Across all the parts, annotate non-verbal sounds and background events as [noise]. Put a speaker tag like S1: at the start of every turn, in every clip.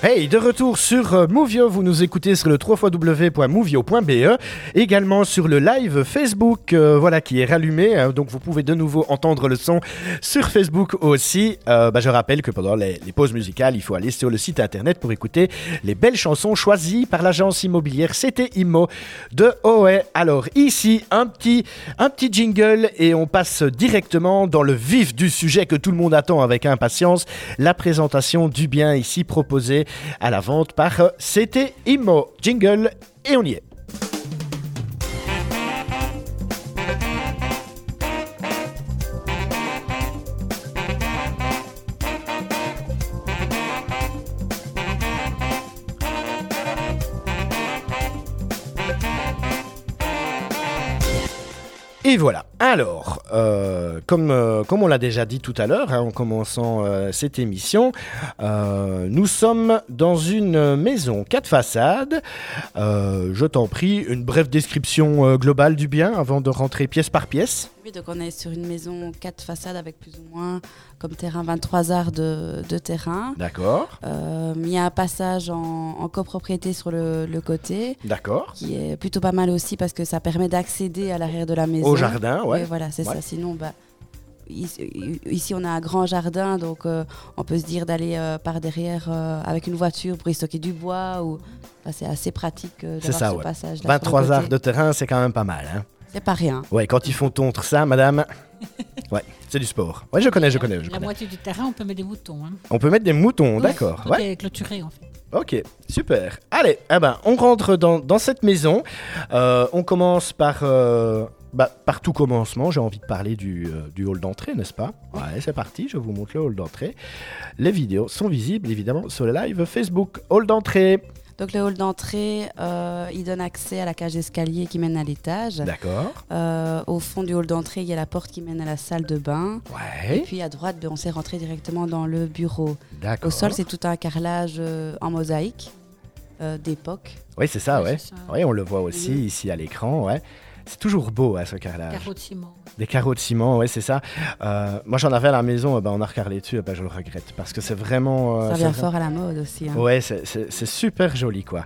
S1: Hey, de retour sur euh, Movio, vous nous écoutez sur le www.movio.be, également sur le live Facebook, euh, voilà, qui est rallumé, hein, donc vous pouvez de nouveau entendre le son sur Facebook aussi. Euh, bah, je rappelle que pendant les, les pauses musicales, il faut aller sur le site internet pour écouter les belles chansons choisies par l'agence immobilière CTIMO de OE. Alors ici, un petit, un petit jingle et on passe directement dans le vif du sujet que tout le monde attend avec impatience, la présentation du bien ici proposé à la vente par euh, CT Immo. Jingle et on y est. Et voilà. Alors, euh, comme, euh, comme on l'a déjà dit tout à l'heure, hein, en commençant euh, cette émission, euh, nous sommes dans une maison quatre façades. Euh, je t'en prie, une brève description euh, globale du bien avant de rentrer pièce par pièce.
S2: Oui, donc on est sur une maison quatre façades avec plus ou moins comme terrain 23 arts de, de terrain.
S1: D'accord.
S2: Euh, Il y a un passage en, en copropriété sur le, le côté
S1: D'accord.
S2: qui est plutôt pas mal aussi parce que ça permet d'accéder à l'arrière de la maison.
S1: Au jardin,
S2: Oui,
S1: ouais.
S2: voilà, c'est
S1: Ouais.
S2: ça. Sinon, bah, ici, ici, on a un grand jardin, donc euh, on peut se dire d'aller euh, par derrière euh, avec une voiture pour y stocker du bois. Ou... Enfin, c'est assez pratique euh,
S1: C'est ça,
S2: d'avoir ce
S1: ouais.
S2: passage.
S1: 23 arts de terrain, c'est quand même pas mal. Hein.
S2: C'est pas rien.
S1: Ouais, quand ils font tontre ça,
S2: [laughs]
S1: madame. Ouais, c'est du sport. Ouais, je connais, je connais, je
S3: La
S1: connais.
S3: moitié du terrain, on peut mettre des moutons. hein.
S1: On peut mettre des moutons, d'accord.
S3: Tout
S1: Ouais.
S3: est clôturé en fait.
S1: Ok, super. Allez, eh ben, on rentre dans, dans cette maison. Euh, on commence par, euh, bah, par tout commencement. J'ai envie de parler du, euh, du hall d'entrée, n'est-ce pas Ouais, c'est parti, je vous montre le hall d'entrée. Les vidéos sont visibles, évidemment, sur le live Facebook. Hall d'entrée.
S2: Donc le hall d'entrée, euh, il donne accès à la cage d'escalier qui mène à l'étage.
S1: D'accord.
S2: Euh, au fond du hall d'entrée, il y a la porte qui mène à la salle de bain. Et
S1: Ouais,
S2: puis à droite, ben, on s'est rentré directement dans le bureau.
S1: d'accord.
S2: Au sol, c'est tout un carrelage euh, en mosaïque euh, d'époque.
S1: Oui, c'est ça, Ah ouais.
S3: C'est ça.
S1: Ouais, on le voit aussi ici à l'écran, ouais. C'est toujours beau, à ce carrelage.
S3: Carreau de ciment.
S1: Des carreaux de ciment, ouais, c'est ça. Euh, moi, j'en avais à la maison, eh ben, on a recarrelé dessus, eh ben, je le regrette. Parce que c'est vraiment. euh,
S2: Ça
S1: c'est
S2: vient
S1: vra-
S2: fort à la mode aussi. hein.
S1: Ouais, c'est- c'est c'est super joli, quoi.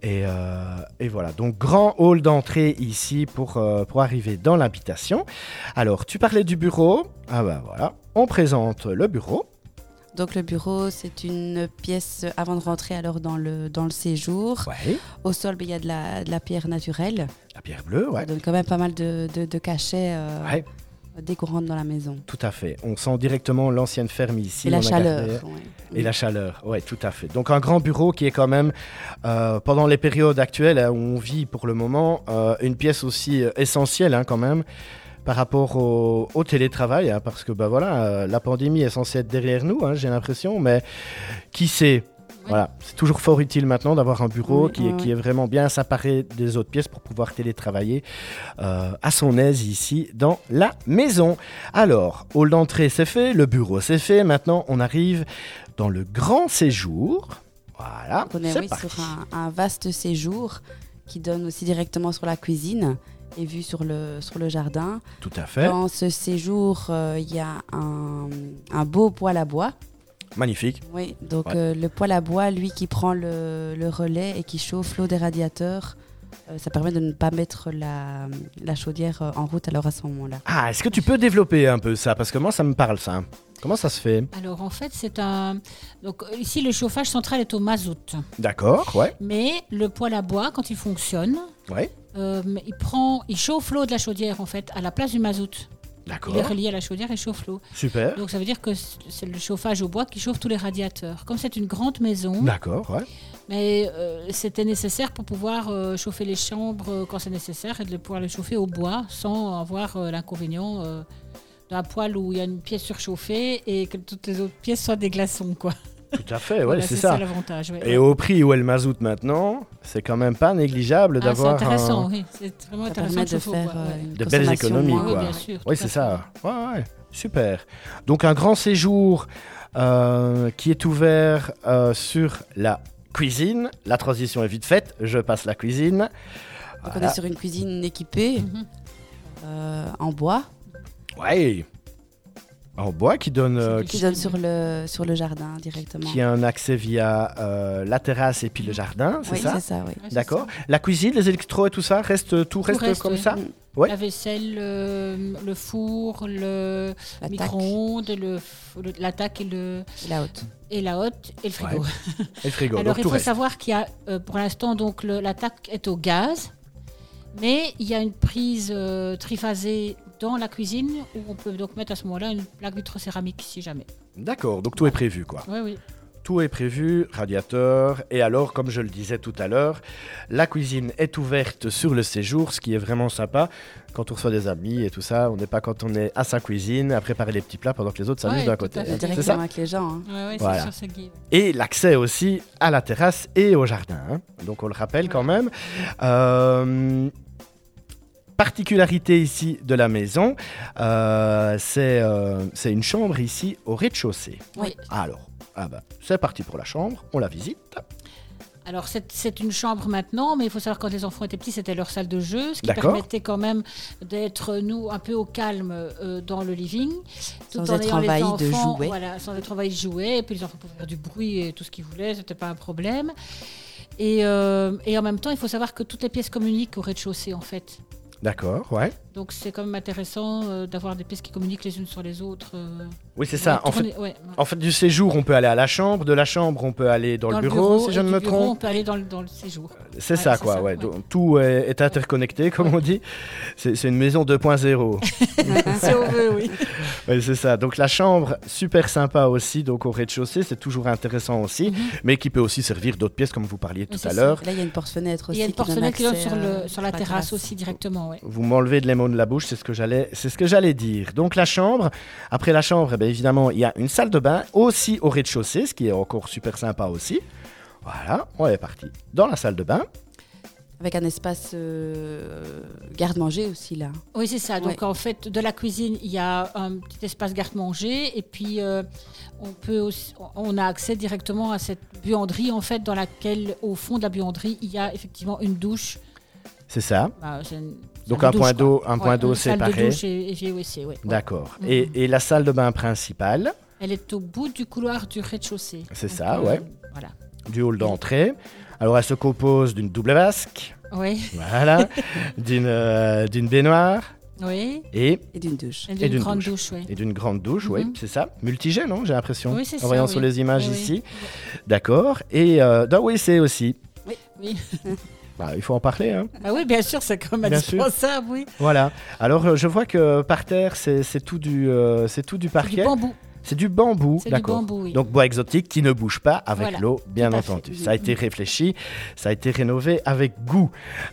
S1: Et, euh, et voilà, donc grand hall d'entrée ici pour, euh, pour arriver dans l'habitation. Alors, tu parlais du bureau. Ah bah voilà, on présente le bureau.
S2: Donc le bureau, c'est une pièce euh, avant de rentrer alors dans le, dans le séjour.
S1: Ouais.
S2: Au sol, ben, il y a de la, de la pierre naturelle.
S1: La pierre bleue,
S2: Ça
S1: ouais.
S2: donne quand même pas mal de, de, de cachets euh,
S1: Ouais,
S2: dès qu'on rentre dans la maison.
S1: tout à fait. On sent directement l'ancienne ferme ici.
S2: Et la
S1: on a gardé-
S2: chaleur. ouais.
S1: Et la chaleur, ouais, tout à fait. Donc un grand bureau qui est quand même, euh, pendant les périodes actuelles hein, où on vit pour le moment, euh, une pièce aussi euh, essentielle hein, quand même par rapport au, au télétravail, hein, parce que bah voilà, euh, la pandémie est censée être derrière nous, hein, j'ai l'impression, mais qui sait Voilà, c'est toujours fort utile maintenant d'avoir un bureau
S2: Oui,
S1: qui,
S2: oui,
S1: est, qui est vraiment bien séparé des autres pièces pour pouvoir télétravailler euh, à son aise ici dans la maison. Alors, hall d'entrée c'est fait, le bureau c'est fait, maintenant on arrive dans le grand séjour. Voilà,
S2: Donc, on est
S1: c'est
S2: oui,
S1: parti.
S2: sur un, un vaste séjour qui donne aussi directement sur la cuisine et vue sur le, sur le jardin.
S1: Tout à fait,
S2: Dans ce séjour, euh, il y a un, un beau poêle à bois.
S1: magnifique.
S2: Oui, donc
S1: Ouais.
S2: euh, le poêle à bois, lui qui prend le, le relais et qui chauffe l'eau des radiateurs, euh, ça permet de ne pas mettre la, la chaudière euh, en route alors à ce moment-là.
S1: Ah, est-ce que tu peux développer un peu ça Parce que moi ça me parle ça. Comment ça se fait
S3: Alors en fait, c'est un. Donc ici, le chauffage central est au mazout.
S1: D'accord, ouais,
S3: Mais le poêle à bois, quand il fonctionne,
S1: ouais,
S3: euh, il, prend... il chauffe l'eau de la chaudière en fait, à la place du mazout.
S1: d'accord,
S3: Il est relié à la chaudière et chauffe l'eau.
S1: super,
S3: Donc ça veut dire que c'est le chauffage au bois qui chauffe tous les radiateurs. Comme c'est une grande maison,
S1: d'accord, ouais.
S3: mais euh, c'était nécessaire pour pouvoir euh, chauffer les chambres euh, quand c'est nécessaire et de pouvoir les chauffer au bois sans avoir euh, l'inconvénient euh, d'un poêle où il y a une pièce surchauffée et que toutes les autres pièces soient des glaçons quoi.
S1: Tout à fait, ouais,
S3: Voilà,
S1: c'est ça.
S3: l'avantage. ouais.
S1: Et au prix où est le mazout maintenant, c'est quand même pas négligeable
S3: Ah, c'est
S1: d'avoir
S3: intéressant,
S1: un-
S3: oui, c'est vraiment
S2: Ça
S3: intéressant
S2: permet de
S3: chauffer au
S2: faire
S3: bois,
S2: euh,
S3: ouais.
S2: une
S1: de belles
S2: consommation
S1: économies,
S2: moindre.
S3: Oui,
S1: quoi.
S3: bien sûr.
S1: Oui,
S3: tout
S1: c'est
S3: à
S1: ça. Ouais, ouais. Super. Donc un grand séjour euh, qui est ouvert euh, sur la cuisine. La transition est vite faite. Je passe la cuisine.
S2: Donc on
S1: Voilà.
S2: est sur une cuisine équipée
S3: Mhm.
S2: euh, en bois.
S1: Ouais. En bois qui donne, euh,
S3: C'est
S2: qui
S1: qui,
S2: donne sur le, sur le jardin directement.
S1: qui a un accès via euh, la terrasse et puis le jardin, c'est
S2: oui,
S1: ça
S2: c'est ça, oui.
S3: Ouais, c'est
S1: D'accord.
S3: ça.
S1: La cuisine, les électros et tout ça, reste, tout, reste,
S3: reste,
S1: comme
S3: oui.
S1: ça
S2: Mm.
S1: Ouais.
S3: La vaisselle, euh, le, le four, le
S2: La tac,
S3: micro-ondes, le, f- le- la taque et, le,
S2: la haute.
S3: et la hotte et le frigo.
S1: Et le frigo,
S3: Alors
S1: donc
S3: il
S1: tout
S3: faut
S1: reste.
S3: savoir qu'il y a, euh, pour l'instant, donc le- la taque est au gaz, mais il y a une prise euh, triphasée dans la cuisine où on peut donc mettre à ce moment-là une plaque vitrocéramique si jamais.
S1: D'accord, donc tout est prévu quoi.
S3: Oui, oui.
S1: Tout est prévu, radiateur, et alors, comme je le disais tout à l'heure, la cuisine est ouverte sur le séjour, ce qui est vraiment sympa. Quand on reçoit des amis et tout ça, on n'est pas quand on est à sa cuisine à préparer les petits plats pendant que les autres s'amusent
S3: Ouais,
S1: d'un
S3: tout
S1: côté.
S3: à fait.
S1: C'est ça
S2: Euh, Directement avec les
S1: [laughs]
S2: gens. hein.
S3: Ouais, ouais, c'est
S1: Voilà.
S3: sûr, c'est gay.
S1: Et l'accès aussi à la terrasse et au jardin. hein. Donc on le rappelle quand même. Euh, particularité ici de la maison, euh, c'est euh, c'est une chambre ici au rez-de-chaussée.
S3: Oui.
S1: Alors, ah bah, c'est parti pour la chambre, on la visite.
S3: Alors c'est c'est une chambre maintenant, mais il faut savoir que quand les enfants étaient petits, c'était leur salle de jeu, ce qui
S1: D'accord.
S3: permettait quand même d'être nous un peu au calme euh, dans le living,
S2: Sans être
S3: ayant les
S2: envahis de
S3: enfants-
S2: jouets.
S3: Voilà, sans être envahis de jouets, et puis les enfants pouvaient faire du bruit et tout ce qu'ils voulaient, c'était pas un problème. Et, euh, et en même temps, il faut savoir que toutes les pièces communiquent au rez-de-chaussée en fait.
S1: D'accord, ouais.
S3: Donc c'est quand même intéressant euh, d'avoir des pièces qui communiquent les unes sur les autres. euh,
S1: Oui, c'est
S3: pour
S1: ça.
S3: les
S1: En fait,
S3: tourner- ouais,
S1: en fait, du séjour, on peut aller à la chambre, de la chambre, on peut aller dans,
S3: dans
S1: le bureau, si
S3: et
S1: je ne
S3: du
S1: me
S3: bureau,
S1: trompe.
S3: On peut aller dans le, dans le séjour.
S1: C'est
S3: Ouais,
S1: ça,
S3: c'est
S1: quoi.
S3: ça,
S1: ouais.
S3: ouais.
S1: Donc, Tout est, est interconnecté, [laughs] comme on dit. C'est c'est une maison
S3: [laughs]
S1: 2.0.
S3: si on veut, oui.
S1: Oui, c'est ça. Donc la chambre, super sympa aussi, donc au rez-de-chaussée, c'est toujours intéressant aussi, mais qui peut aussi servir d'autres pièces, comme vous parliez tout
S3: Mhm. c'est
S1: à
S3: ça.
S1: l'heure.
S2: Et Là, il y a une porte-fenêtre
S3: Il
S2: aussi.
S3: y a une
S2: qui donne
S3: porcelaine qui donne
S2: accès,
S3: sur, le,
S2: euh,
S3: sur la terrasse, aussi directement. Ouais.
S1: Vous m'enlevez de l'aimant de la bouche, c'est ce que j'allais, c'est ce que j'allais dire. Donc la chambre, après la chambre, eh bien, évidemment, il y a une salle de bain aussi au rez-de-chaussée, ce qui est encore super sympa aussi. Voilà, on est parti dans la salle de bain.
S2: Avec un espace euh, garde-manger aussi, là.
S3: Oui, c'est ça. Donc
S2: Ouais.
S3: en fait, de la cuisine, il y a un petit espace garde-manger et puis euh, on peut aussi- on a accès directement à cette buanderie en fait dans laquelle au fond de la buanderie, il y a effectivement une douche.
S1: C'est ça.
S3: Bah, c'est une- c'est
S1: Donc
S3: une
S1: un point
S3: douche, quoi.
S1: d'eau, un point
S3: Ouais,
S1: d'eau
S3: une salle
S1: séparé.
S3: De douche et, et VOC, ouais.
S1: D'accord.
S3: Mhm.
S1: Et, et la salle de bain principale,
S3: Elle est au bout du couloir du rez-de-chaussée.
S1: C'est
S3: Donc, euh,
S1: ça, ouais.
S3: Voilà.
S1: du hall d'entrée. Alors elle se compose d'une double vasque,
S3: Oui,
S1: voilà, [laughs] d'une euh, d'une baignoire
S3: oui.
S1: et,
S2: Et d'une douche.
S3: Elle
S1: Et
S3: est une
S1: d'une
S3: grande
S1: douche.
S3: douche, oui.
S1: et d'une grande douche, oui,
S3: Mhm.
S1: c'est ça. Multigène, non, j'ai l'impression.
S3: Oui, c'est
S1: en voyant
S3: ça,
S1: sur
S3: oui.
S1: les images
S3: Oui, oui.
S1: ici. D'accord. Et euh, d'un WC aussi.
S3: Oui.
S1: Bah, il faut en parler. Hein.
S3: Bah oui, bien sûr, c'est quand même
S1: Bien sûr.
S3: indispensable, oui.
S1: Voilà. Alors, euh, je vois que par terre, c'est c'est tout, du, euh, c'est tout du
S3: C'est
S1: parquet.
S3: du bambou.
S1: C'est du bambou.
S3: C'est du
S1: D'accord.
S3: bambou, oui.
S1: Donc, bois exotique qui ne bouge pas avec
S3: Voilà,
S1: l'eau, bien
S3: tout à
S1: entendu.
S2: fait.
S1: Ça a été réfléchi, ça a été rénové avec goût.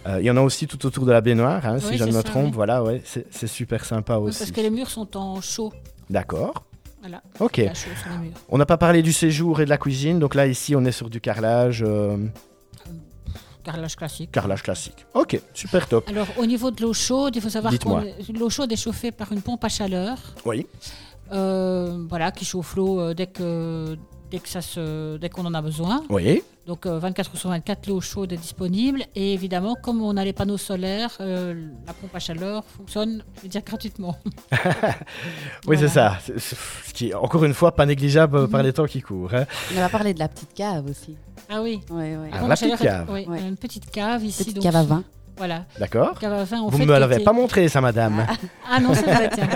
S1: Euh, Il y en a aussi tout autour de la baignoire, hein, si
S3: Oui,
S1: je ne
S3: c'est
S1: me
S3: ça,
S1: trompe.
S3: oui.
S1: Voilà, ouais, c'est c'est super sympa
S3: Oui,
S1: aussi.
S3: parce que les murs sont en chaud.
S1: D'accord.
S3: Voilà,
S1: Ok.
S3: la chaud sur les murs.
S1: On n'a pas parlé du séjour et de la cuisine, donc là ici on est sur du carrelage, euh,
S3: Carrelage classique.
S1: carrelage classique. Ok, super top.
S3: Alors, au niveau de l'eau chaude, il faut savoir
S1: Dites-moi.
S3: que l'eau chaude est chauffée par une pompe à chaleur,
S1: Oui.
S3: euh, voilà, qui chauffe l'eau euh, dès que dès que ça se, dès qu'on en a besoin.
S1: Oui.
S3: Donc, euh, 24 sur 24, l'eau chaude est disponible. Et évidemment, comme on a les panneaux solaires, euh, la pompe à chaleur fonctionne, je veux dire, gratuitement.
S1: [laughs]
S3: [laughs]
S1: Oui, c'est
S3: Voilà. Mhm.
S1: ça. C'est- c'est- Ce qui est encore une fois pas négligeable euh, par les temps qui courent. hein.
S2: On va parler de la petite cave aussi.
S3: Ah oui.
S2: Ouais, ouais.
S1: Ah,
S3: pompe
S1: la
S3: à chaleur
S1: petite
S3: est-
S1: cave.
S3: oui,
S2: Ouais.
S3: une petite cave ici.
S2: Petite
S3: donc,
S2: cave à vin.
S3: Voilà.
S1: D'accord.
S3: Cave à vin, en
S1: Vous
S3: fait,
S1: me
S3: qui
S1: l'avez
S3: était-
S1: pas montré ça, madame.
S3: Ah non, c'est vrai, tiens.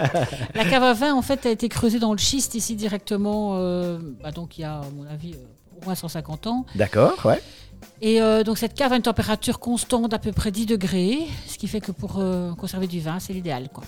S3: La cave à vin, en fait, a été creusée dans le schiste ici directement, euh, bah, donc il y a, à mon avis, euh, au moins 150 ans.
S1: D'accord, ouais.
S3: Et euh, donc cette cave a une température constante d'à peu près 10 degrés, ce qui fait que pour euh, conserver du vin, c'est l'idéal, quoi.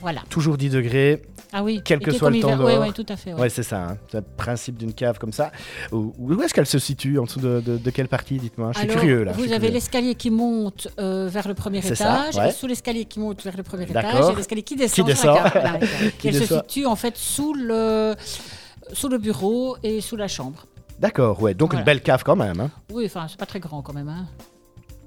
S3: Voilà.
S1: Toujours 10 degrés.
S3: Ah oui.
S1: Quel que soit le temps
S3: Oui,
S1: dehors.
S3: oui, tout à fait. ouais.
S1: Ouais, c'est ça. hein. C'est le principe d'une cave comme ça. Où, où est-ce qu'elle se situe En dessous de, de- de quelle partie Dites-moi. Je suis
S3: Alors,
S1: curieux là. je
S3: Vous
S1: suis
S3: avez
S1: curieux.
S3: l'escalier qui monte euh, vers le premier
S1: C'est ça,
S3: étage,
S1: ouais.
S3: et sous l'escalier qui monte vers le premier étage,
S1: D'accord.
S3: il y a l'escalier qui descend.
S1: Qui
S3: sur la
S1: descend.
S3: cave. Voilà.
S1: [laughs] Qui
S3: Et elle se
S1: descend.
S3: situe en fait sous le, sous le bureau et sous la chambre.
S1: D'accord, ouais. Donc une
S3: Voilà.
S1: belle cave quand même. hein.
S3: Oui, enfin, c'est pas très grand quand même. Hein.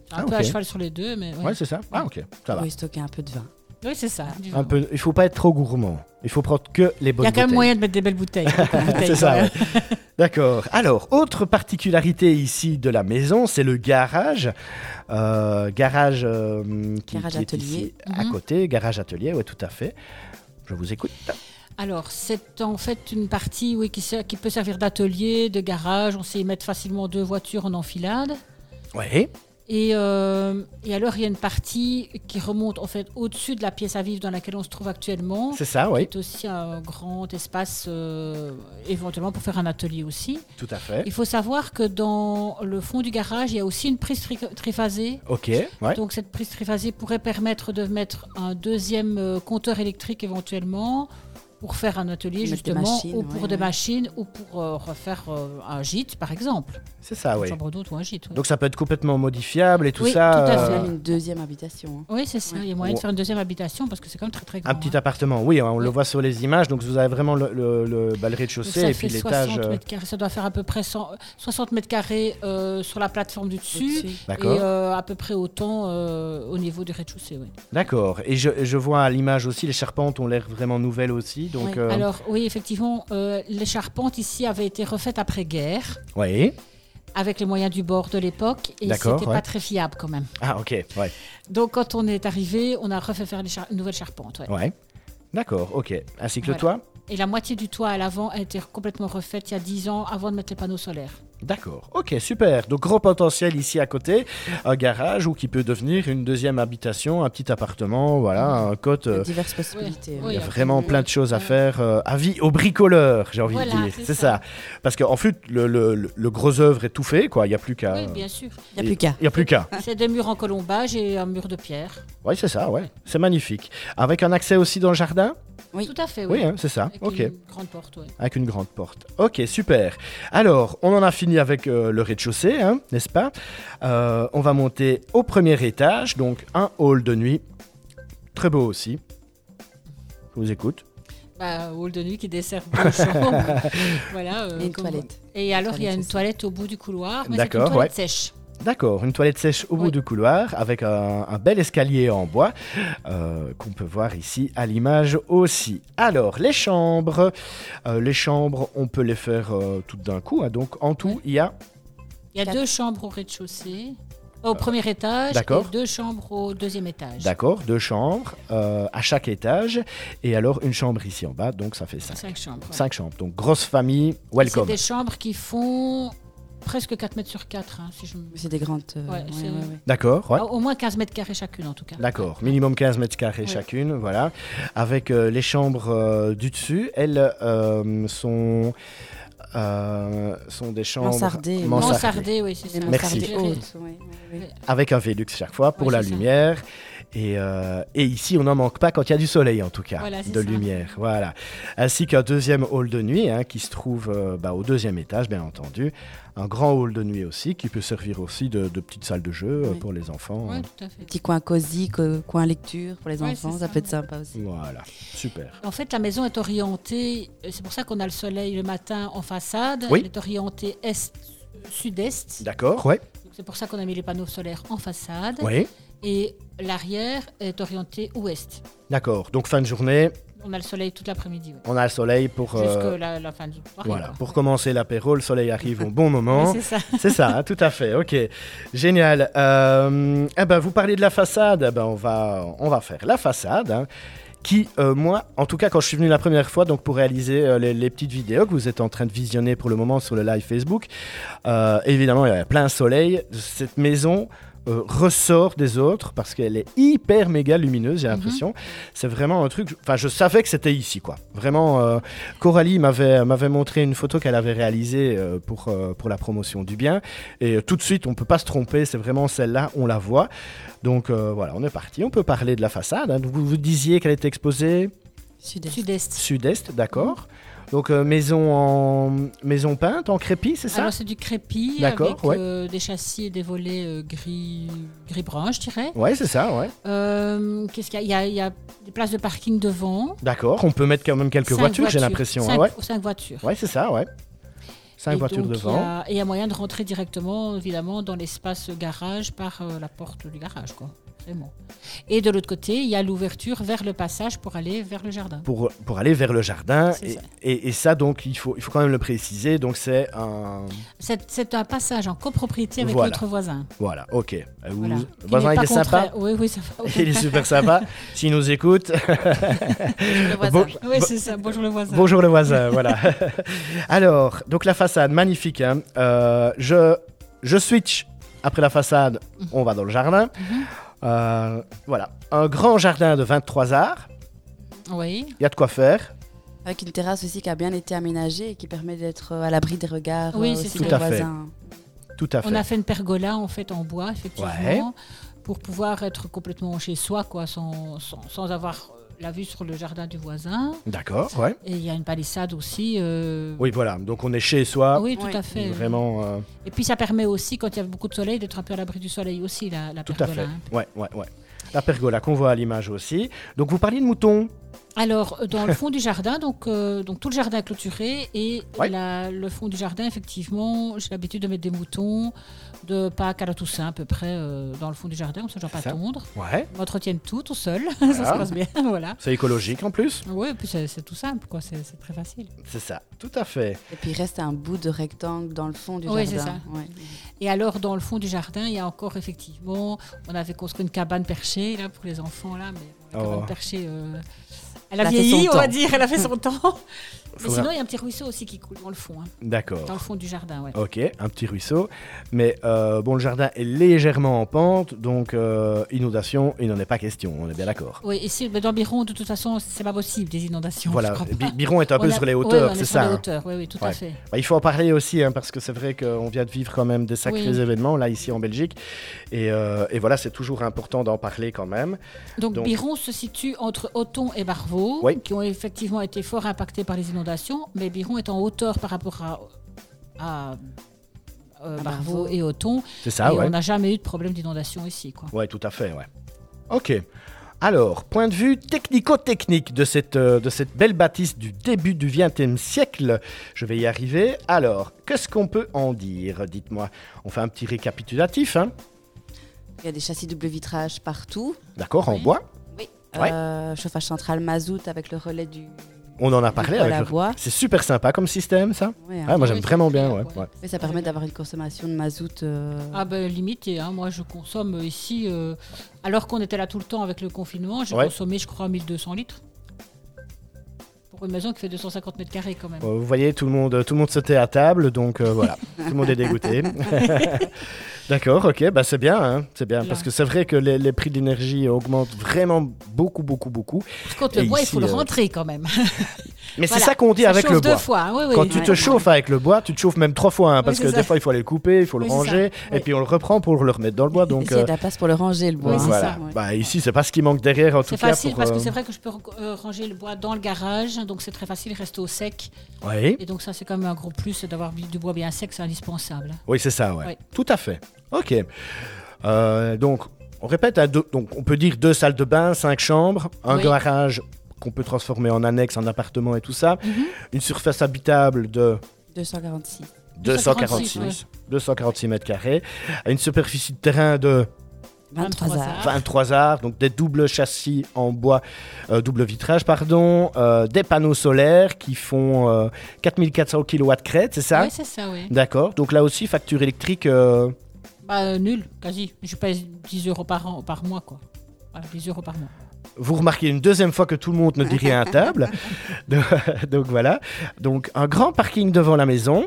S3: C'est Un
S1: Ah,
S3: peu à
S1: ok.
S3: cheval sur les deux, mais. Oui,
S1: Ouais, c'est ça. Ah, ok. Ça va.
S2: Oui, stocker un peu de vin.
S3: Oui, c'est ça. du
S1: Un
S3: vin.
S1: peu. Il faut pas être trop gourmand. Il faut prendre que les
S3: Il
S1: bonnes
S3: y a quand même
S1: bouteilles.
S3: moyen de mettre des
S1: [laughs]
S3: belles bouteilles. beaucoup de bouteilles,
S1: Ah, C'est ça,
S3: quand même.
S1: ouais. [laughs] D'accord. Alors, autre particularité ici de la maison, c'est le garage. Euh, garage euh, qui,
S2: Garage
S1: qui est
S2: atelier.
S1: ici à
S3: Mhm.
S1: côté. Garage atelier, ouais, tout à fait. Je vous écoute.
S3: Alors, c'est en fait une partie oui, qui, ser- qui peut servir d'atelier, de garage. On sait y mettre facilement deux voitures en enfilade.
S1: Ouais.
S3: Et, euh, et alors, il y a une partie qui remonte en fait au-dessus de la pièce à vivre dans laquelle on se trouve actuellement.
S1: C'est ça, oui.
S3: C'est aussi un grand espace euh, éventuellement pour faire un atelier aussi.
S1: Tout à fait.
S3: Il faut savoir que dans le fond du garage, il y a aussi une prise tri- triphasée.
S1: Ok, ouais.
S3: Donc cette prise triphasée pourrait permettre de mettre un deuxième euh, compteur électrique éventuellement pour faire un atelier
S2: Mettre des
S3: justement,
S2: machines,
S3: ou pour
S2: ouais,
S3: des
S2: ouais.
S3: machines, ou pour euh, refaire euh, un gîte par exemple,
S1: C'est ça,
S3: une
S1: oui.
S3: chambre d'hôte ou un gîte. ouais.
S1: Donc ça peut être complètement modifiable et tout
S3: Oui,
S1: ça.
S3: tout à
S2: C'est
S3: fait.
S1: euh,
S2: même une deuxième habitation. hein.
S3: oui, c'est ça.
S2: Ouais.
S3: Il y a moyen
S1: Ouais.
S3: de faire une deuxième habitation parce que c'est quand même très très grand.
S1: Un petit
S3: hein.
S1: appartement, oui, on le voit sur les images. Donc vous avez vraiment le, le, le, bah, le
S3: Donc,
S1: rez-de-chaussée
S3: ça
S1: et puis
S3: fait
S1: l'étage.
S3: 60
S1: euh,
S3: mètres carrés. Ça doit faire à peu près 100 60 mètres carrés euh, sur la plateforme du dessus.
S2: Au-dessus.
S3: Et
S1: D'accord.
S3: euh, à peu près autant euh, au niveau du rez-de-chaussée. oui.
S1: D'accord. Et je, je vois à l'image aussi, les charpentes ont l'air vraiment nouvelles aussi. Donc,
S2: Oui.
S1: euh,
S3: Alors oui, effectivement, euh, les charpentes ici avaient été refaites après-guerre
S1: ouais.
S3: avec les moyens du bord de l'époque et c'était
S1: D'accord, ouais.
S3: pas très fiable quand même.
S1: Ah, ok, ouais.
S3: Donc quand on est arrivé, on a refait faire les char- une nouvelle charpente. ouais.
S1: ouais. D'accord, ok. Ainsi que le
S3: Voilà.
S1: toit
S3: Et la moitié du toit à l'avant a été complètement refaite il y a 10 ans avant de mettre les panneaux solaires.
S1: D'accord, ok, super. Donc gros potentiel ici à côté, un garage ou qui peut devenir une deuxième habitation, un petit appartement, voilà, un cote.
S2: Il y
S1: euh,
S2: a diverses possibilités. hein.
S1: Il y a
S3: Oui,
S1: vraiment
S3: absolument.
S1: plein de choses à
S3: Ouais.
S1: faire. euh, avis aux bricoleurs, j'ai envie de
S3: Voilà,
S1: dire.
S3: c'est
S1: C'est ça.
S3: ça.
S1: Parce qu'en fait, le, le- le- le gros œuvre est tout fait, quoi. Il n'y a plus qu'à. euh,
S3: Oui, bien sûr.
S2: Il n'y a plus qu'à.
S3: Euh,
S1: Il n'y a plus qu'à.
S3: C'est des murs en colombage et un mur de pierre.
S1: Oui, c'est ça, ouais. C'est magnifique. Avec un accès aussi dans le jardin
S2: Oui.
S3: Tout à fait, oui.
S1: Oui, hein, c'est ça.
S3: Avec
S1: Ok.
S3: une grande porte, oui.
S1: Avec une grande porte. Ok, super. Alors, on en a fini avec euh, le rez-de-chaussée, hein, n'est-ce pas Euh, On va monter au premier étage, donc un hall de nuit. Très beau aussi. Je vous écoute.
S3: Bah, hall de nuit qui dessert deux chambres.
S1: [laughs]
S3: voilà, euh,
S2: Et une
S3: comme-
S2: toilette.
S3: Et alors, il y a
S2: Toilette
S3: une
S2: aussi.
S3: toilette au bout du couloir, mais c'est une
S1: D'accord,
S3: toilette sèche.
S1: D'accord, une toilette sèche au bout
S3: Oui.
S1: du couloir avec un, un bel escalier en bois euh, qu'on peut voir ici à l'image aussi. Alors, les chambres. Euh, les chambres, on peut les faire euh, toutes d'un coup. hein. Donc, en tout, il y a.
S3: Il y a
S2: Quatre.
S3: deux chambres au rez-de-chaussée, au premier étage,
S1: Euh, d'accord.
S3: et deux chambres au deuxième étage.
S1: D'accord, deux chambres euh, à chaque étage. Et alors, une chambre ici en bas. Donc, ça fait cinq.
S3: Cinq chambres. ouais.
S1: Cinq chambres. Donc, grosse famille,
S3: Et C'est
S1: welcome.
S3: des chambres qui font presque 4 mètres sur 4, hein, si je me-
S2: Mais C'est des grandes. euh,
S3: Ouais,
S2: ouais,
S3: c'est-
S2: ouais, ouais.
S1: D'accord, ouais.
S3: Au- Au moins 15 mètres carrés chacune, en tout cas.
S1: D'accord, minimum 15 mètres carrés
S3: Oui.
S1: chacune, voilà. Avec euh, les chambres euh, du dessus, elles euh, sont, euh, sont des chambres
S2: Mansardées, oui.
S1: mansardées,
S3: Mansardée, oui, c'est
S2: Les
S3: ça.
S1: Merci.
S2: mansardes
S3: Éclairée.
S2: hautes, ouais, ouais, ouais.
S1: avec un Velux chaque fois pour
S3: Oui,
S1: la
S3: c'est ça.
S1: lumière. Et, euh, et ici, on n'en manque pas quand il y a du soleil, en tout cas,
S3: Voilà, c'est
S1: de
S3: ça.
S1: lumière. Voilà. Ainsi qu'un deuxième hall de nuit hein, qui se trouve euh, bah, au deuxième étage, bien entendu. Un grand hall de nuit aussi qui peut servir aussi de, de petite salle de jeu euh,
S2: Oui.
S1: pour les enfants.
S3: Ouais, tout à fait.
S2: Petit coin cosy, co- coin lecture pour les
S3: Ouais,
S2: enfants,
S3: c'est
S2: ça
S3: ça.
S2: peut être sympa aussi.
S1: Voilà, super.
S3: En fait, la maison est orientée, euh, c'est pour ça qu'on a le soleil le matin en façade.
S1: Oui.
S3: Elle est orientée est-sud-est.
S1: D'accord, ouais.
S3: Donc, C'est pour ça qu'on a mis les panneaux solaires en façade.
S1: Oui.
S3: Et l'arrière est orienté ouest.
S1: D'accord, donc fin de journée,
S3: On a le soleil toute l'après-midi. ouais.
S1: on a le soleil pour, euh,
S3: Jusque la, la fin du soirée.
S1: voilà,
S3: quoi.
S1: pour commencer l'apéro, le soleil arrive au
S3: [laughs]
S1: bon
S3: Oui,
S1: moment.
S3: c'est ça.
S1: C'est ça, hein, tout à fait, ok. Génial. Euh, eh ben, vous parlez de la façade, eh ben, on, va, on va faire la façade. hein, Qui, euh, moi, en tout cas, quand je suis venu la première fois, donc pour réaliser euh, les, les petites vidéos que vous êtes en train de visionner pour le moment sur le live Facebook, euh, évidemment, il y avait plein soleil. Cette maison euh, ressort des autres parce qu'elle est hyper méga lumineuse, j'ai l'impression. C'est vraiment un truc. Enfin, je savais que c'était ici, quoi. Vraiment, euh, Coralie m'avait euh, m'avait montré une photo qu'elle avait réalisée euh, pour, euh, pour la promotion du bien. Et euh, tout de suite, on peut pas se tromper. C'est vraiment celle-là, on la voit. Donc euh, voilà, on est parti. On peut parler de la façade. hein. Vous, vous disiez qu'elle était exposée
S2: Sud-est.
S3: Sud-est.
S1: sud-est, d'accord. Donc euh, maison en maison peinte en crépi, c'est ça
S3: Alors c'est du crépi
S1: D'accord,
S3: avec
S1: ouais.
S3: euh, des châssis et des volets euh, gris gris brun, je dirais.
S1: Ouais, c'est ça, ouais.
S3: Euh, Qu'est-ce qu'il y a il y, a- il y a des places de parking devant.
S1: D'accord. On peut mettre quand même quelques
S3: Cinq
S1: voitures, j'ai l'impression. hein,
S3: Cinq,
S1: ouais,
S3: cinq voitures.
S1: ouais, c'est ça, ouais. Cinq
S3: Et
S1: voitures
S3: donc, il y
S1: devant.
S3: a- Et il y a moyen de rentrer directement, évidemment, dans l'espace garage par euh, la porte du garage. Quoi. Vraiment. Et de l'autre côté, il y a l'ouverture vers le passage pour aller vers le jardin.
S1: pour, pour aller vers le jardin.
S3: C'est
S1: Et
S3: ça.
S1: ça. Et, et ça, donc, il faut, il faut quand même le préciser. Donc, c'est un.
S3: C'est c'est un passage en copropriété avec
S1: Voilà.
S3: notre voisin.
S1: Voilà, ok. Euh, vous-
S3: Voilà.
S1: le
S3: Qui
S1: voisin,
S3: n'est
S1: il
S3: pas
S1: est sympa.
S3: contraire. Oui, oui, ça va.
S1: [laughs] Il est super
S3: [laughs]
S1: sympa. S'il nous écoute,
S2: [laughs] Le voisin.
S1: bon-
S3: Oui, c'est ça. Bonjour le voisin.
S1: bonjour le voisin. voilà. [laughs] Alors, donc la façade, magnifique. hein. Euh, je, je switch. Après la façade, on va dans le jardin.
S3: Mhm.
S1: Euh, voilà. Un grand jardin de 23 arts.
S3: Oui.
S1: Il y a de quoi faire.
S2: Avec une terrasse aussi qui a bien été aménagée et qui permet d'être euh, à l'abri des regards
S3: Oui,
S2: euh,
S3: c'est
S2: aussi
S3: ça.
S2: des
S1: Tout à fait.
S2: voisins.
S1: Tout à fait.
S3: On a fait une pergola en fait en bois, effectivement,
S1: Ouais.
S3: pour pouvoir être complètement chez soi, quoi, sans, sans, sans avoir euh, la vue sur le jardin du voisin.
S1: D'accord, ouais.
S3: Et il y a une palissade aussi. euh,
S1: Oui, voilà. Donc, on est chez soi.
S3: oui, tout
S2: Oui.
S3: à fait.
S1: Vraiment. euh,
S3: Et puis ça permet aussi, quand il y a beaucoup de soleil, d'être un peu à l'abri du soleil aussi, la, la
S1: Tout à
S3: pergola.
S1: fait.
S3: hein.
S1: Ouais, ouais, ouais. La pergola qu'on voit à l'image aussi. Donc vous parliez de moutons.
S3: Alors, euh, dans le fond du jardin, donc, euh, donc tout le jardin est clôturé et
S1: Ouais.
S3: la- le fond du jardin, effectivement, j'ai l'habitude de mettre des moutons de Pâques à la Toussaint à peu près euh, dans le fond du jardin, comme ça, je dois pas
S1: Ça.
S3: tondre.
S1: Ouais.
S3: Ils m'entretiennent tout, tout seul, [laughs] ça se
S1: Voilà.
S3: passe bien, voilà.
S1: C'est écologique en plus.
S3: Oui, et puis c'est c'est tout simple, quoi. C'est c'est très facile.
S1: C'est ça. Tout à fait.
S2: Et puis il reste un bout de rectangle dans le fond du
S3: Oui, c'est
S2: jardin. Ouais.
S3: Et alors, dans le fond du jardin, il y a encore effectivement, on avait construit une cabane perchée là pour les enfants là, mais bon, la
S1: Oh.
S3: cabane perchée, euh, elle a,
S2: Elle a fait
S3: vieilli,
S2: son
S3: on va
S2: temps.
S3: dire, elle a
S1: [laughs]
S3: fait son temps. Mais
S1: Faudra-
S3: sinon, il y a un petit ruisseau aussi qui coule dans le fond, hein, dans
S1: D'accord.
S3: le fond du jardin, ouais.
S1: Ok, un petit ruisseau. Mais euh, bon, le jardin est légèrement en pente, donc euh, inondation, il n'en est pas question, on est bien d'accord.
S3: Oui, ici, mais dans Biron, de toute façon, c'est pas possible des inondations.
S1: Voilà,
S3: je crois
S1: Bi-
S3: pas.
S1: Biron est un peu
S3: On a-
S1: sur les
S3: ouais,
S1: hauteurs,
S3: on est
S1: c'est
S3: sur
S1: ça.
S3: les
S1: hein.
S3: hauteurs, oui, oui, tout à
S1: Ouais.
S3: fait.
S1: Bah, il faut en parler aussi, hein, parce que c'est vrai qu'on vient de vivre quand même des sacrés
S3: Oui.
S1: événements, là, ici en Belgique. Et, euh, et voilà, c'est toujours important d'en parler quand même.
S3: Donc,
S1: Donc-
S3: Biron se situe entre Othon et Barvaux,
S1: Oui.
S3: qui ont effectivement été fort impactés par les inondations, mais Biron est en hauteur par rapport à, à, euh,
S2: À
S3: Barvaux
S2: Barvaux.
S3: et Othon,
S1: C'est ça,
S3: et
S1: Ah ouais.
S3: on n'a jamais eu de problème d'inondation ici. Quoi.
S1: Ouais, tout à fait, ouais. Ok. Alors, point de vue technico-technique de cette, euh, de cette belle bâtisse du début du XXe siècle, je vais y arriver. Alors, qu'est-ce qu'on peut en dire Dites-moi. On fait un petit récapitulatif, hein
S2: Il y a des châssis double vitrage partout.
S1: D'accord, en
S3: Oui.
S1: bois.
S2: Oui.
S1: Ouais.
S2: chauffage central mazout avec le relais du.
S1: On en a parlé
S2: Du poêle
S1: avec
S2: à
S1: le-
S2: bois.
S1: C'est super sympa comme système, ça.
S2: Ouais, hein.
S1: Ah, moi, j'aime
S3: Oui, c'est
S1: vraiment bien,
S3: super,
S1: ouais.
S3: ouais.
S1: ouais.
S2: Mais ça permet d'avoir une consommation de mazout. euh,
S3: Ah ben limité, hein. moi je consomme euh, ici, euh, alors qu'on était là tout le temps avec le confinement, j'ai
S1: Ouais.
S3: consommé je crois 1200 litres. Pour une maison qui fait 250 mètres carrés quand même.
S1: Euh, Vous voyez, tout le monde, tout le monde se tait à table, donc euh,
S3: [laughs]
S1: voilà, tout le monde est dégoûté. [laughs] D'accord, ok, bah c'est bien, hein, c'est bien,
S3: Là.
S1: parce que c'est vrai que les, les prix de l'énergie augmentent vraiment beaucoup, beaucoup, beaucoup.
S3: Par contre,
S1: Et
S3: le bois,
S1: ici,
S3: il faut le
S1: euh,
S3: rentrer quand même.
S1: Mais
S3: Voilà,
S1: c'est ça qu'on dit
S3: Ça
S1: avec
S3: chauffe
S1: le bois.
S3: deux fois, hein, oui, oui.
S1: Quand tu te
S2: Ouais.
S1: chauffes avec le bois, tu te chauffes même trois fois, hein, parce
S3: c'est
S1: que
S3: ça.
S1: des fois il faut aller le couper, il faut le
S3: Oui, c'est
S1: ranger,
S3: ça.
S1: et
S3: Oui.
S1: puis on le reprend pour le remettre dans le bois. Donc
S2: S'il y
S1: euh,
S2: a de la place pour le ranger, le bois.
S3: Oui,
S2: hein.
S3: c'est
S1: voilà.
S3: ça, ouais.
S1: Bah, ici, c'est pas ce qui manque derrière en tout
S3: C'est
S1: cas.
S3: facile
S1: pour,
S3: parce que
S1: euh,
S3: c'est vrai que je peux euh, ranger le bois dans le garage, donc c'est très facile, il reste au sec.
S1: Oui,
S3: Et donc ça, c'est quand même un gros plus d'avoir du bois bien sec, c'est indispensable.
S1: oui, c'est ça, ouais.
S3: Oui.
S1: Tout à fait. Ok. Euh, donc on répète, hein, deux- donc on peut dire deux salles de bain, cinq chambres, un
S3: Oui.
S1: garage qu'on peut transformer en annexe, en appartement et tout ça,
S3: Mhm.
S1: une surface habitable de
S2: 246.
S1: 246,
S3: 246,
S1: 246 mètres carrés, une superficie de terrain de
S2: 23
S3: 23
S2: heures.
S3: heures.
S1: 23 arts, donc des doubles châssis en bois, euh, double vitrage, pardon, euh, des panneaux solaires qui font euh, 4400 kW crête, c'est ça
S3: Oui, c'est ça, oui.
S1: D'accord, donc là aussi facture électrique, euh,
S3: Bah, euh, nul, quasi. Je paye 10 euros par, an, par mois, quoi. Voilà, 10 euros par mois.
S1: vous remarquez une deuxième fois que tout le monde ne dit rien à table. [laughs] donc, donc voilà, donc un grand parking devant la maison,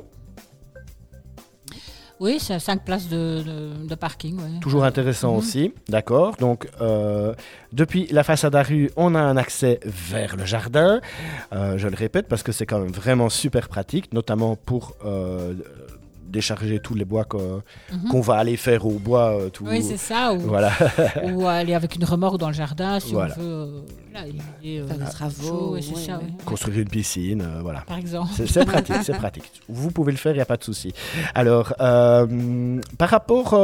S3: Oui, c'est 5 places de, de- de parking, ouais.
S1: toujours intéressant
S3: Mhm.
S1: aussi, d'accord. Donc euh, depuis la façade à rue, on a un accès vers le jardin, Euh, je le répète parce que c'est quand même vraiment super pratique, notamment pour... euh, décharger tous les bois qu'on
S3: Mhm.
S1: qu'on va aller faire au bois euh, tout
S3: Oui, c'est ça. Ou,
S1: voilà [laughs]
S3: ou aller avec une remorque dans le jardin si
S1: Voilà.
S3: on veut. euh, là, il est, euh,
S2: Faire des
S3: chaud,
S2: travaux.
S3: ouais, c'est
S2: ouais,
S3: ça,
S2: ouais.
S3: ouais.
S1: construire une piscine euh, voilà
S3: Par exemple.
S1: c'est c'est pratique c'est pratique vous pouvez le faire il n'y a pas de souci alors euh, par rapport euh,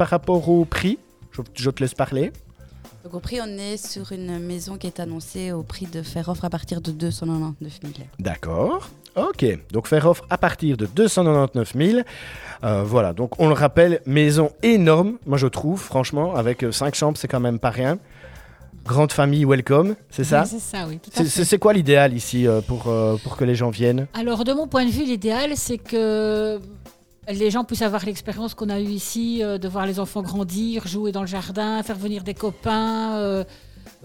S1: par rapport au prix je, je te laisse parler
S2: Donc au prix, on est sur une maison qui est annoncée au prix de faire offre à partir de 299 000.
S1: D'accord. Ok, donc faire offre à partir de 299 000. Euh, voilà, donc on le rappelle, maison énorme, moi je trouve, franchement, avec 5 chambres, c'est quand même pas rien. Grande famille, welcome, c'est ça
S3: Oui, C'est ça, oui. Tout à
S1: C'est-
S3: fait.
S1: C'est c'est quoi l'idéal ici euh, pour, euh, pour que les gens viennent
S3: Alors, de mon point de vue, l'idéal, c'est que les gens puissent avoir l'expérience qu'on a eue ici, euh, de voir les enfants grandir, jouer dans le jardin, faire venir des copains, euh,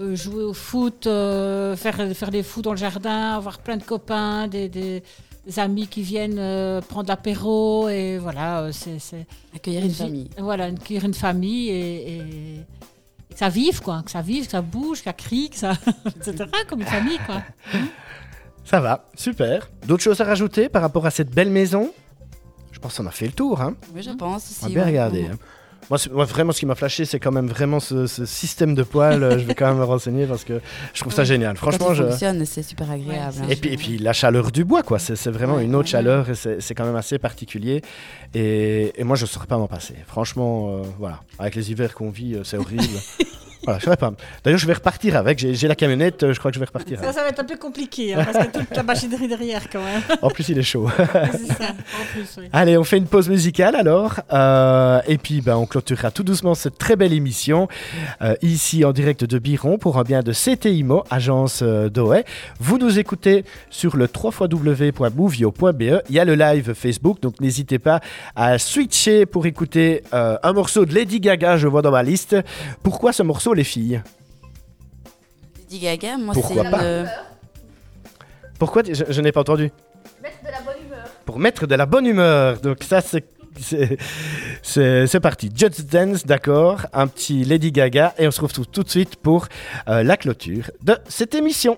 S3: euh, jouer au foot, euh, faire, faire des fous dans le jardin, avoir plein de copains, des, des- des amis qui viennent euh, prendre l'apéro, et voilà, euh, c'est... c'est-
S2: Accueillir une
S3: vie-
S2: famille.
S3: Voilà, accueillir une famille et... et- et Que ça vive, quoi, que ça vive, que ça bouge, que ça crie, que ça. [laughs] etc. comme une famille, quoi.
S1: Ça va, super. D'autres choses à rajouter par rapport à cette belle maison Je pense qu'on a fait le tour, hein
S2: Oui, je pense.
S1: On
S2: ici,
S1: va bien
S2: ouais.
S1: regarder.
S2: Mhm.
S1: hein. Moi, c'est- moi, vraiment, ce qui m'a flashé, c'est quand même vraiment ce, ce système de poils. Euh, je vais quand même me [laughs] renseigner parce que je trouve ça
S3: Ouais.
S1: génial.
S2: Quand
S1: Franchement,
S2: il
S1: je...
S2: fonctionne, c'est super agréable.
S3: Ouais,
S2: hein.
S3: c'est
S1: Et puis, et puis la chaleur du bois, quoi. C'est c'est vraiment
S2: Ouais,
S1: une autre
S3: ouais.
S1: chaleur et c'est c'est quand même assez particulier. Et, et moi, je ne saurais pas m'en passer. Franchement, euh, voilà. Avec les hivers qu'on vit, euh, c'est horrible. voilà, je saurais pas. D'ailleurs, je vais repartir avec. J'ai j'ai la camionnette, euh, je crois que je vais repartir
S3: Ça, [laughs]
S1: avec.
S3: ça va être un peu compliqué, hein, parce que toute la machinerie derrière, quand même.
S1: En plus, il est chaud.
S3: C'est ça, en plus, oui.
S1: Allez, on fait une pause musicale alors. Euh, et puis, ben, on clôturera tout doucement cette très belle émission euh, ici en direct de Biron pour un bien de CTIMO, agence euh, d'OE. Vous nous écoutez sur le www.movio.be. E. Il y a le live Facebook, donc n'hésitez pas à switcher pour écouter euh, un morceau de Lady Gaga, je vois dans ma liste. Pourquoi ce morceau, les filles
S2: Lady Gaga, moi, c'est
S1: Pourquoi pas
S2: une.
S1: Pourquoi Je, je n'ai pas entendu. Pour mettre de la bonne humeur. Donc ça, c'est... c'est- C'est c'est parti. Just Dance, d'accord. Un petit Lady Gaga. Et on se retrouve tout de suite pour euh, la clôture de cette émission.